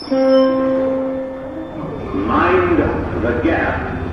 Mind the gap